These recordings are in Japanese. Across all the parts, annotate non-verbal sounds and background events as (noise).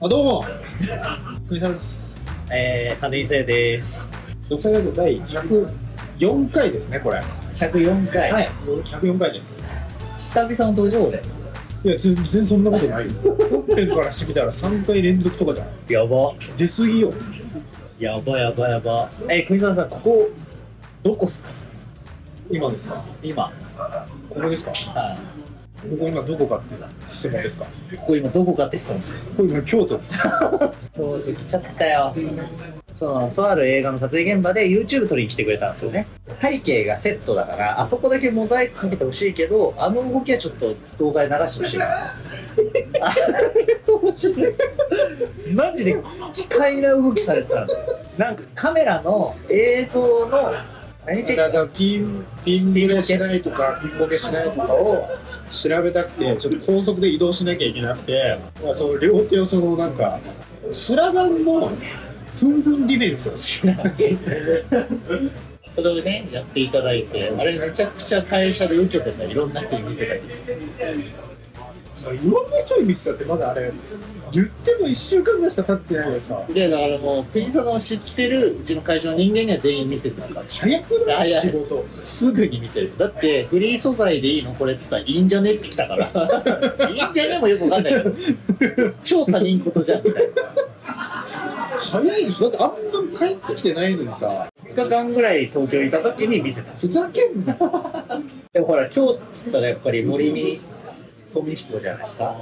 あどうも国さんですえー、羽井聖です。独裁ラジオ第104回ですねこれは104回、い104回です久々の登場で。いや全然そんなことないよ本編からしてみたら3回連続とかじゃんやば。出過ぎよやばやばやば。えー、国沢さん、ここ、どこっすか今ですか今。ここですかこはこ今どこかって質問ですかい。ここ今どこかって言ってたんですよ。ここ今京都ですそうできちゃったよ。その、とある映画の撮影現場で YouTube 撮りに来てくれたんですよね。背景がセットだから、あそこだけモザイクかけてほしいけど、あの動きはちょっと動画で流してほしいな。あれ面白いマジで奇怪な動きされてたんですよ。なんかカメラの映像の何チェッ皆さんピンピン切れしないとかピンボケしないとかクを調べたくてちょっと高速で移動しなきゃいけなくてまあその両手をそのなんかスラダンのふんふんディフェンスをしそれをね、やっていただいて、あれめちゃくちゃ会社で受けてたいろんな人に見せたり。いろんな人に見てたってまだあれ言っても1週間ぐらいしか経ってないのにさで、だからもう、国さんを知ってるうちの会社の人間には全員見せてなかっ早くない早い仕事た。すぐに見せるんです。だって、フリー素材でいいのこれって言ったら、いいんじゃねって来た (laughs) から。いいんじゃねもよくわかんないけど、超他人事じゃん、みたいな。早いでしょだってあんま帰ってきてないのにさ2日間ぐらい東京にいた時に見せた。ふざけんなでもほら、今日っつったらやっぱり森に富彦じゃないですか。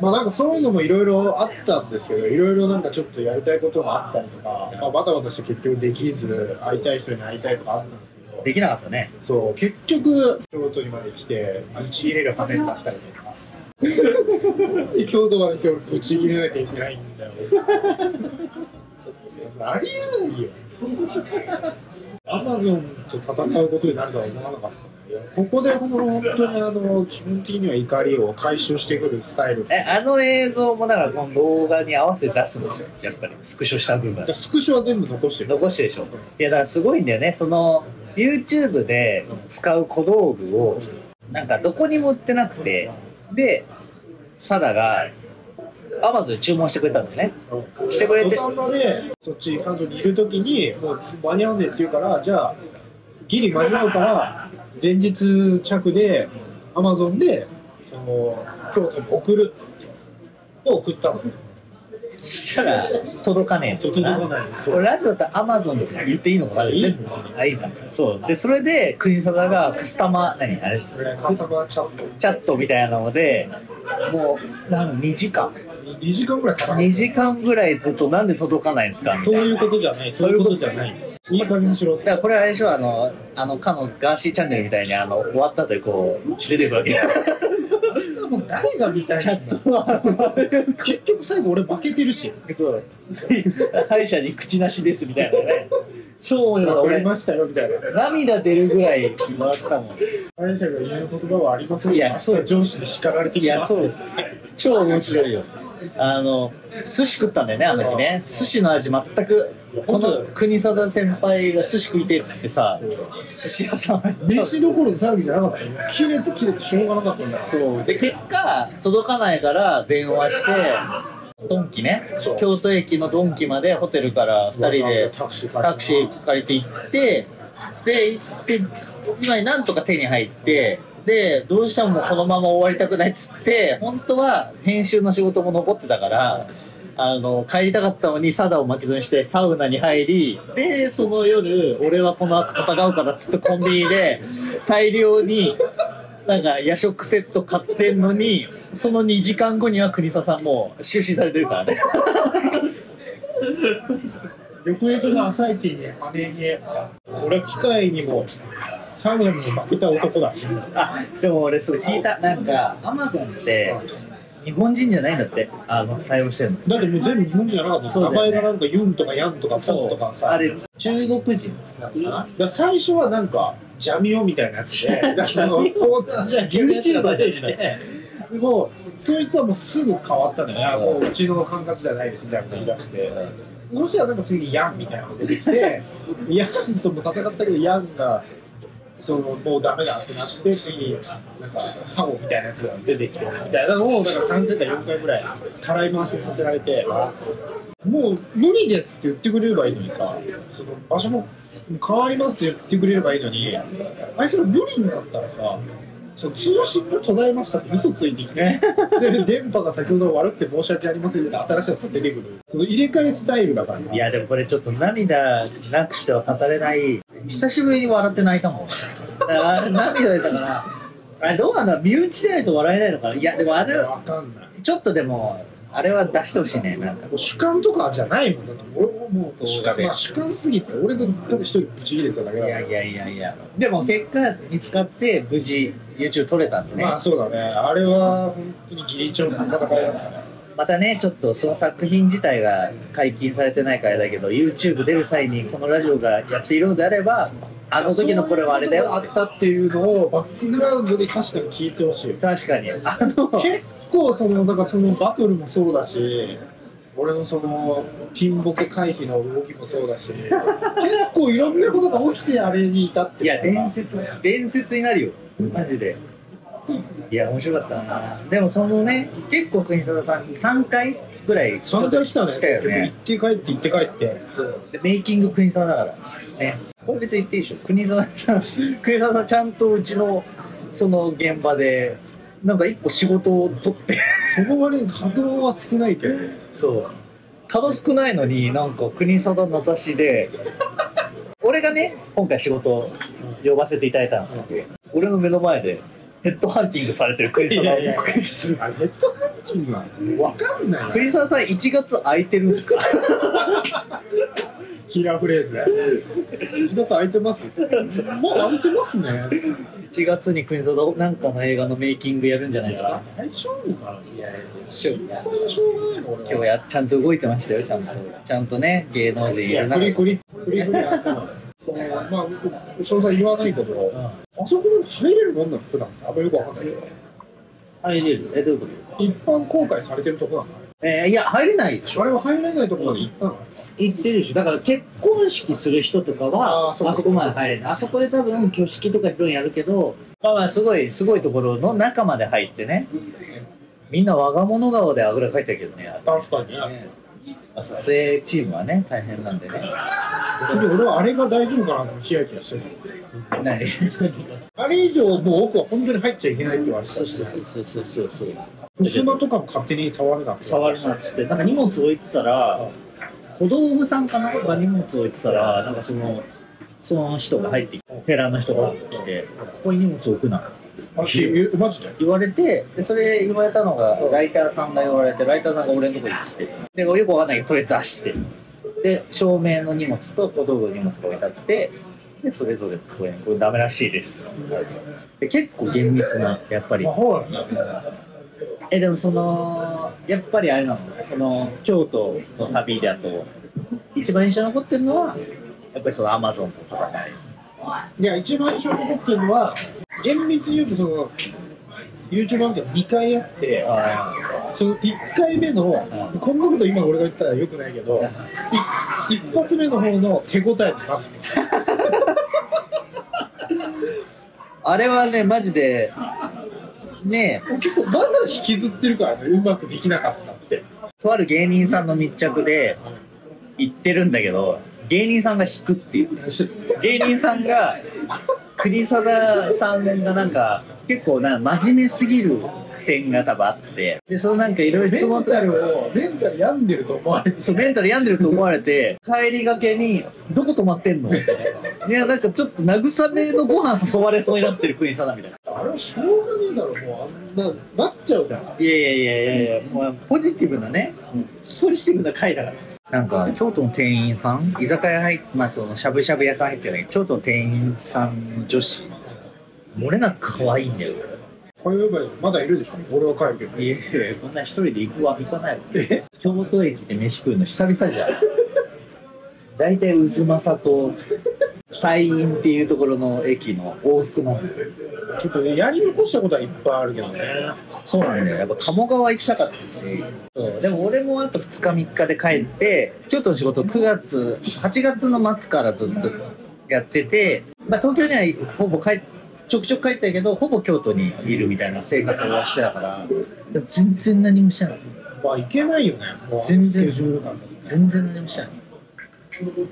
まあなんかそういうのもいろいろあったんですけどいろいろなんかちょっとやりたいことがあったりとか、まあ、バタバタして結局できず会いたい人に会いたいとかあったんですけどできなかったよね。そう結局京都にまで来てぶち切れる羽になったりとかで京都まで来て俺ぶち切れなきゃいけないんだよありえないよアマゾンと戦うことになるとは思わなかったいやここでこの本当にあの基本的には怒りを回収してくるスタイルえ、あの映像もだからこの動画に合わせて出すんでしょやっぱり、スクショした部分。スクショは全部残してる残してるでしょいやだからすごいんだよねその YouTube で使う小道具をなんかどこにも売ってなくてでサダが Amazon で注文してくれたんだよねしてくれて土壇場でそっち彼女にいる時にもう間に合わねえって言うからじゃあギリ間に合うから前日着でアマゾンでその京都に送るっつってで送ったのそしたら届かねえんですそうよ届かなないそこうれラジオって Amazon で言っていいのかないい全部あいいんだそうでそれで国定がカスタマー何あれですそれカスタマーチャットチャットみたいなのでもうなん2時間2時間ぐらいかかる2時間ぐらいずっとなんで届かないんですかみたそいうないうことじゃないそういうことじゃないいい加減にしろってだからこれあれでしょあの、あの、かのガーシーチャンネルみたいに、あの、終わった後にこう、出てくるわけ。もう誰が見たいチャットは、結局最後俺負けてるしそう。歯医者に口なしですみたいなね。超面分白かっかたり俺、ましたよみたいな涙出るぐらい笑ったもん。会社が言う言葉はありませんいやそう上司に叱られていきや、ますそう。超面白いよ。あの、寿司食ったんだよね、あの日ね。寿司の味全く、この国定先輩が寿司食いてえっつってさ、寿司屋さん入ったの飯どころの騒ぎじゃなかったよ切れて切れてしょうがなかったんだかそうで結果届かないから電話してドンキねそう京都駅のドンキまでホテルから2人らでタクシータクシー借りて行ってで行って今になんとか手に入ってでどうしてももうこのまま終わりたくないっつって本当は編集の仕事も残ってたから。あの帰りたかったのにサダを巻き添えにしてサウナに入りでその夜俺はこの後戦うからっつってコンビニで大量になんか夜食セット買ってんのにその2時間後には国沢さんもう就寝されてるからね翌日の朝一に姉に俺は機械にもサウナにも負けた男だあでも俺それ聞いたなんかアマゾンって日本人じゃないんだってあの対応してるのだってもう全部日本人じゃなかった、そうだ名よね前がなんかユンとかヤンとかポンとかさあれ中国人なのかなだから最初はなんかジャミオみたいなやつでなんかそのこうじゃあ YouTuber できてでもうそいつはもうすぐ変わったのよいやもううちの管轄じゃないですみたいなこと言い出してそしたらなんか次ヤンみたいなのが出てきてヤンとも戦ったけどヤンがそのもうダメだってなって次なんかタオみたいなやつが出てきてみたいなのをだから3回か4回ぐらいたらい回しさせられてもう無理ですって言ってくれればいいのにさその場所も変わりますって言ってくれればいいのにあいつら無理になったらさそう通信が途絶えましたって嘘ついてきてで電波が先ほど悪くて申し訳ありませんって新しいやつが出てくるその入れ替えスタイルだからないやでもこれちょっと涙なくしては語れない久しぶりに笑って泣いたもんあれ涙出たからあれどうなんだ身内じゃないと笑えないのかないやでもあれわかんないちょっとでもあれは出してほしいねなんかもう主観とかじゃないもんだって俺ももう主動画観,、でまあ、主観すぎて俺がただ一人ぶち切れただけいだやいやいやいやでも結果見つかって無事 YouTube 撮れたんでね、まあそうだねあれは本当にギリチョウの戦いだからまたねちょっとその作品自体が解禁されてないからあれだけど YouTube 出る際にこのラジオがやっているのであればあの時のこれはあれだよそういうことがあったっていうのをバックグラウンドで確かに聞いてほしい確かにあの結構そのだからそのバトルもそうだし俺のそのピンボケ回避の動きもそうだし結構いろんなことが起きてあれに至っていやるから伝説伝説になるよマジでいや面白かったなでもそのね結構国定さん3回ぐらい3回来たね来たよね結局行って帰って行って帰ってでメイキング国沢だからねこれ別に言っていいでしょ国沢さん国沢さんちゃんとうちのその現場でなんか一個仕事を取ってその割に稼働は少ないけどそう角少ないのになんか国定名指しで俺がね今回仕事を呼ばせていただいたんですよ俺の目の前でヘッドハンティングされてる国沢を目撃するあれヘッドハンティングはわかんないな栗沢さん1月空いてるんですかキラーフレーズね1月空いて (laughs) ますもう空いてますね ?1 月に栗沢さんなんかの映画のメイキングやるんじゃないですか大丈夫かないやいや心配はしょうがないの俺は今日やちゃんと動いてましたよちゃんとちゃんとね芸能人いいるや、中フでリフリ、フリフリあったの。そのまあ、詳細言わないけど、あそこまで入れるもんなの、普段あんまよくわかんないけど、入れるえどういうこと一般公開されてるとこなのえーいや入れないでしょあれは入れないとこまで行ったの行ってるでしょだから結婚式する人とかはああーそっそかこまで入れないあそこで多分挙式とかいろいろやるけどまあまあすごいすごいところの中まで入ってねみんな我が物顔であぐらかいてるけどね確かに。ねまあ撮影チームはね大変なんでね逆に俺はあれが大丈夫かなとヒヤヒヤしてる。何あれ以上、もう奥は本当に入っちゃいけないって言われてたそうしそうね。そうそうそうそう襖とかも勝手に触るなって。触るなっつってなんか荷物置いてたら小道具さんかなが荷物置いてたらなんかそのその人が入ってきて寺の人が来て「ここに荷物置くな」あ、えマジで言われてでそれ言われたのがライターさんが言われてライターさんが俺のとこに来てでよくわかんないけどとりあえず出してで照明の荷物と小道具の荷物が置いてあってでそれぞれこれこれダメらしいですで結構厳密なやっぱりまあ、ほら、えでもそのやっぱりあれなのこの京都の旅だと一番印象に残ってるのはやっぱりそのアマゾンとの戦いいや、一番印象に残ってるのは、厳密に言うと、その、YouTube 案件2回あって、あその1回目の、んこんなこと今俺が言ったらよくないけど、い一発目の方の手応えと出す。あれはねマジでね結構まだ引きずってるからね、うまくできなかったって。とある芸人さんの密着で行ってるんだけど芸人さんが引くっていう芸人さんが国定さんがなんか結構な真面目すぎる点が多分あってでそのなんかいろいろ質メ問ンとかタルを、メンタル病んでると思われて、そうメンタル病んでると思われて帰りがけに「どこ泊まってんの?」みたいな。いやなんかちょっと慰めのご飯誘われそうになってる国定みたいな。あれはしょうがねえだろ、もうあんな、なっちゃうから。いやいやいやいやいや、もうポジティブなね、ポジティブな回だから。なんか、京都の店員さん、居酒屋入っまあその、しゃぶしゃぶ屋さん入ってない京都の店員さんの女子、漏れなく可愛いんだよ。こういう場合、まだいるでしょ、俺は帰るけど。いやいや、こんな一人で行くわ、行かないわ。え京都駅で飯食うの久々じゃん。大体、渦政と、西院っていうところの駅の往復なんだよ。ちょっとねやり残したことはいっぱいあるけどね。そうなんだよ。やっぱ鴨川行きたかったし。そうでも俺もあと2日3日で帰って、京都の仕事9月、8月の末からずっとやってて、まあ、東京にはほぼ帰っちょくちょく帰ったけどほぼ京都にいるみたいな生活をしてたからでも全然何もしてないまあ、いけないよね。もう全然スケジュール感だと全然何もしてない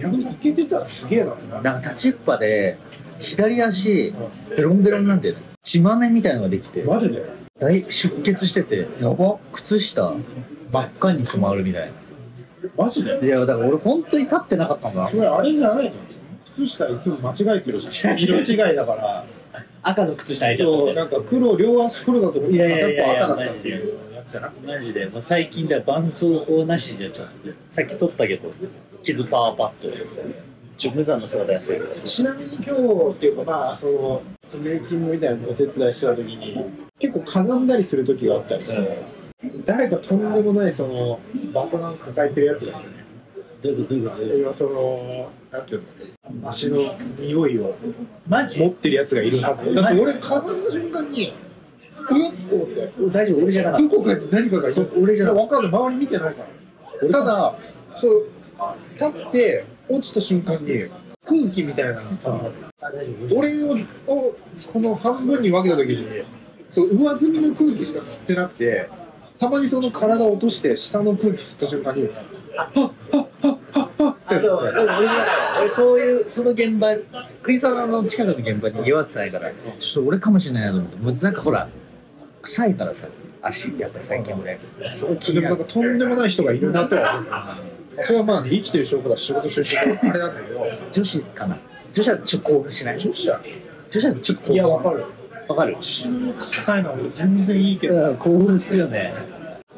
逆にいけてたらすげえなってなる。なんか立ちっぱで左足ベロンベロンなんだよね血まみたいのができてマジで大出血しててやば靴下真っ赤に染まるみたいマジでないやだから俺本当に立ってなかったんだそれあれじゃないの靴下いつも間違えてるじゃん。色違いだから。赤の靴下履いちゃったみそたう、いななんか黒、両足黒だと思っていやい片やいやいっやぽ赤だったっていうやつじゃなくて。マジで、もう最近では絆創膏なしじゃちょっとさっき撮ったけど傷パワーパッドちょ無残な姿やってるからちなみに今日っていうか、まあ、その、そのメイキングみたいなのお手伝いしてた時に、結構かがんだりする時があったりして、誰かとんでもない、その、バカなんか抱えてるやつだよね。どういうことどういうことどういうこ要はその、なんていうの足の匂いをとマ持ジってるやつがいるはず。だって俺、かがんだ瞬間に、うっと思って。大丈夫俺じゃなかっどこかに何かがいる俺じゃ分かんない周り見てないからただそう立って落ちた瞬間に空気みたいなのがたさあ大丈夫俺ををこの半分に分けた時にそう上積みの空気しか吸ってなくてたまにその体を落として下の空気吸った瞬間にあっはっはっはっはっってでも俺じゃない俺そういうその現場クイズナの近くの現場に居合わせないからちょっと俺かもしれないなと思ってもうなんかほら臭いからさ足やっぱ最近俺すごい気でにもななんるかとんでもない人がいるなとは思うそれはまあ、ね、生きてる証拠だし仕事してる証拠だしあれなんだけど女子かな女子はちょっと興奮しない女子だ女子はちょっと興奮しないいやわかるわかる足の臭いのは俺全然いいけどうん興奮するよね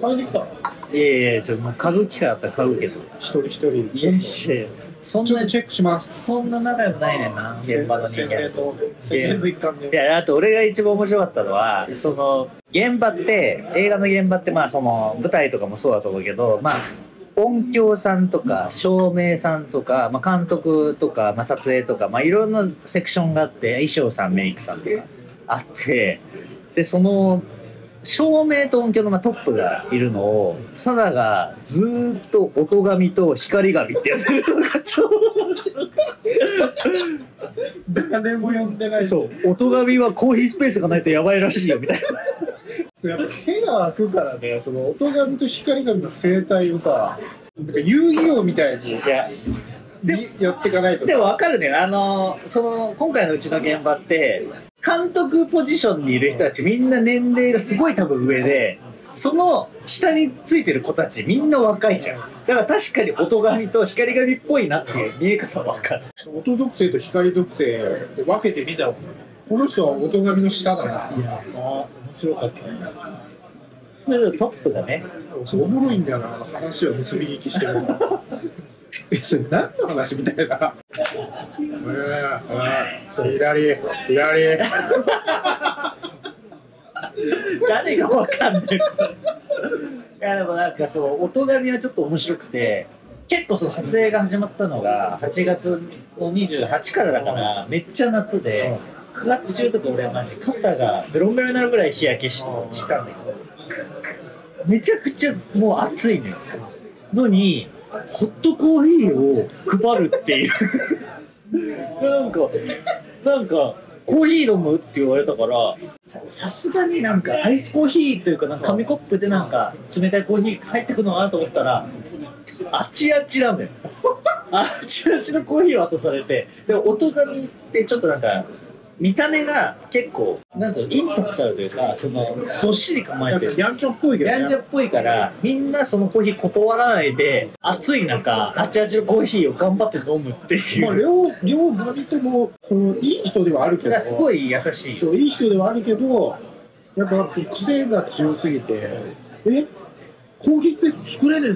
変えてきたのいやいやちょっともう嗅ぐ機会あったら嗅ぐけど一人一人いちやょっといやいやそんちょっなとチェックしますそんな仲良くないねんな現場の人宣間伝の宣伝の一環でいやあと俺が一番面白かったのはその現場って映画の現場ってまあその舞台とかもそうだと思うけどまあ音響さんとか照明さんとか、まあ、監督とか、まあ、撮影とか、まあ、いろんなセクションがあって衣装さんメイクさんとかあってでその照明と音響のまあトップがいるのをサダがずーっと音神と光神ってやってるのが超面白い誰も呼んでないそそう音神はコーヒースペースがないとやばいらしいよみたいな。うやっぱ手が開くからねその音神と光神の生態をさなんか遊戯王みたいににやっていかないとでも分かるねあのその今回のうちの現場って監督ポジションにいる人たちみんな年齢がすごい多分上でその下についてる子たちみんな若いじゃんだから確かに音神と光神っぽいなっていう見え方は分かる音属性と光属性で分けてみたもんこの人は音神の下だな面白かったそれでトップがねそうおもろいんだよな話を結び聞きしてるの (laughs) がえそれ何の話みたいなうんうんそれ左左誰が分かんないいやでもなんかそう音神はちょっと面白くて結構その撮影が始まったのが8月の28からだからめっちゃ夏で9月中とか俺はマジ肩がベロンベロンになるぐらい日焼けししたんだけどめちゃくちゃもう暑いのよのにホットコーヒーを配るっていう (laughs) なんかなんかコーヒー飲むって言われたからさすがになんかアイスコーヒーというかなんか紙コップでなんか冷たいコーヒー入ってくのかなと思ったらあちあちなんだよあちあちのコーヒーを渡されてでも音紙ってちょっとなんか見た目が結構なんだろうインパクトあるというかそのどっしり構えてるやんちゃっぽいけどヤンジャっぽいからみんなそのコーヒー断らないで暑い中あちあちのコーヒーを頑張って飲むっていまあ、う両両髪ともこのいい人ではあるけそれどがすごい優しいそういい人ではあるけどやっぱ癖が強すぎてえコーヒースペース作れね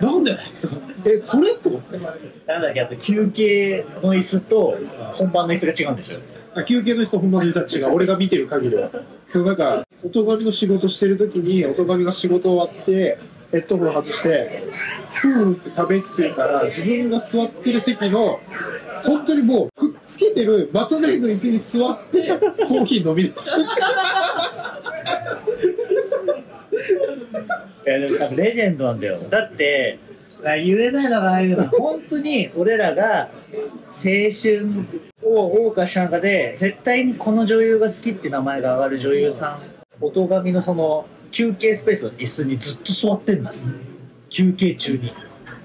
えのなんで (laughs) とかえそれと思ってなんだっけあと休憩の椅子と本番の椅子が違うんでしょあ休憩の人本番の人たちが俺が見てる限りはそのなんか音髪の仕事してる時に音髪が仕事終わってヘッドホン外してふーって食べついたら自分が座ってる席の本当にもうくっつけてるまとめの椅子に座ってコーヒー飲み出すいやでも多分レジェンドなんだよだってあ言えないのがああいうのは本当に俺らが青春をを謳歌した中で絶対にこの女優が好きって名前が上がる女優さん音神のその休憩スペースの椅子にずっと座ってんの休憩中に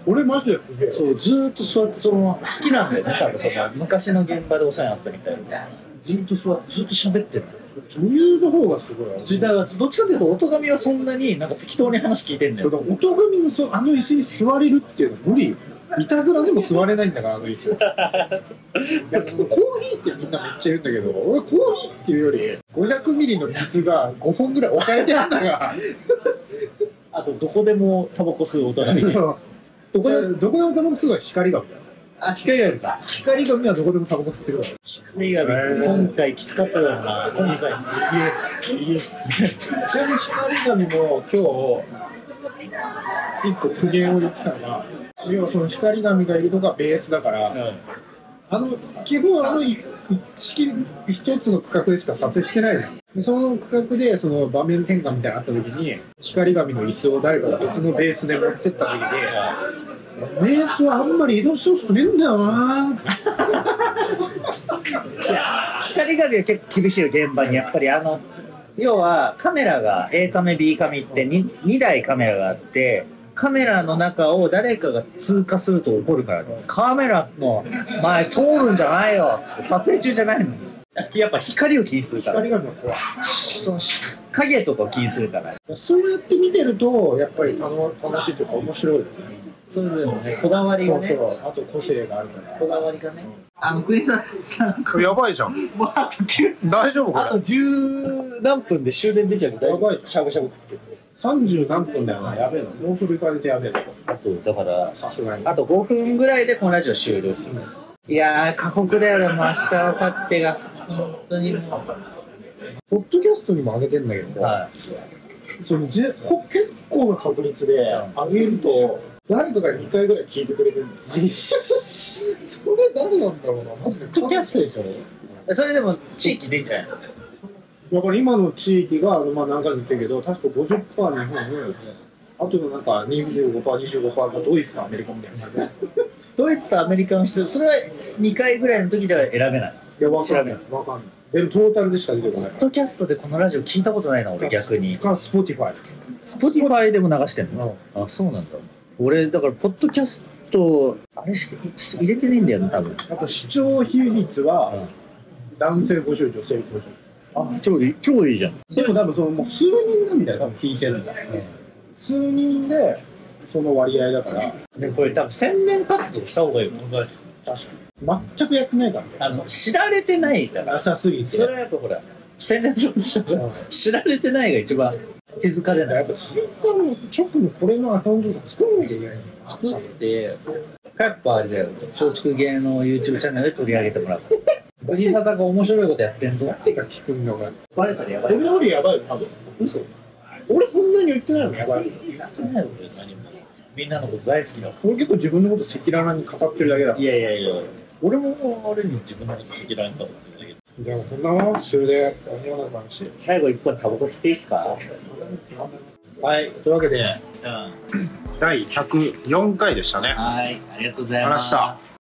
俺マジですげえそうずーっと座ってその好きなんだよね多分その昔の現場でお世話になったみたいなずっと座ってずっと喋ってる女優の方がすごいそれだからどっちかというと音神はそんなになんか適当に話聞いてんだそよの音組のそうあの椅子に座れるっていうの無 (laughs) 理よいたずらでも座れないんだからあの椅子いやコーヒーってみんなめっちゃ言うんだけど俺コーヒーっていうより500ミリの水が5本ぐらい置かれてるんだがあとどこでもタバコ吸う音 (laughs) 神ね (laughs) どこでどこでもタバコ吸うのは光神だよあ光神か光神はどこでもタバコ吸ってるか光神今回きつかっただろうな今回らいいえちなみに光神も今日一個苦言を言ってたのが要はその光神がいるのがベースだから、あの基本あのい一一つの区画でしか撮影してないじゃんでその区画でその場面転換みたいなのあった時に光紙の椅子を誰かが別のベースで持ってった時にベースはあんまり移動してほしくねえんだよな光神は結構厳しいよ現場にやっぱりあの要はカメラが A カメ B カメって 2, 2台カメラがあってカメラの中を誰かが通過すると怒るからねカメラの前通るんじゃないよっつって撮影中じゃないのにやっぱ光を気にするから光紙は怖いその影とかを気にするからそうやって見てるとやっぱり楽楽しいというか面白いよねそういうのねこだわりそがうそねうあと個性があるからこだわりがねあの国枝さんやばいじゃんもうあと9大丈夫こあれと十何分で終電出ちゃうみたやばいしゃぶしゃぶ食ってる30何分だよなやべえなもうそれ行かれてやべえなあとだからさすがにあと5分ぐらいでこのラジオ終了するいやー過酷だよねもう明日明後日が本当にもポッドキャストにも上げてんだけどうも、はそのぜほ結構な確率で上げると誰かが2回ぐらい聞いてくれてるんですよ (laughs) それ誰なんだろうなマジでッドキャストでしょいそれでも地域出んじゃないのだから今の地域が、まあ、何回も言ってるけど確か50%日本あとのなんか25%、25%がドイツとアメリカみたいな感ドイツとアメリカの人それは2回ぐらいの時では選べないじで。いや、わかんない。わかんない。でもトータルでしか出てこポないッ。ドキャストでこのラジオ聞いたことないな俺逆にか、スポティファイ。スポティファイでも流してんのうんあそうなんだ俺だからポッドキャストあれしか入れてないんだよね多分あと視聴比率は、男性50、女性50。あ超いい超いいじゃんでも多分そのもう数人なんだよ、多分聞いてるのが。数人で、その割合だから、でこれ多分宣伝活動した方がいいよ確かに。全くやってないからね。あの知られてないだから浅すぎそれて。はやっぱほら宣伝上でしょ知られてないが一番気づかれなやいっぱツイッターの直にこれのアカウントとか作んなきゃいけないんだよな作ってやっぱあれだよ松竹芸能 YouTube チャンネルで取り上げてもら (laughs) う鳥沙汰が面白いことやってんぞ誰が聞くんのがバレたらやばい俺よりやばいよ多分嘘俺そんなに言ってないのやばい言ってないことよ何もみんなのこと大好きだか俺結構自分のこと赤裸々に語ってるだけだらいやいやいや俺もあれに自分のこと好きられたことだけどじゃあそんなもん終電何もなくなるし最後一本タバコ吸っていいですかはいというわけでうんは第104回でしたねいありがとうございますありがとうございま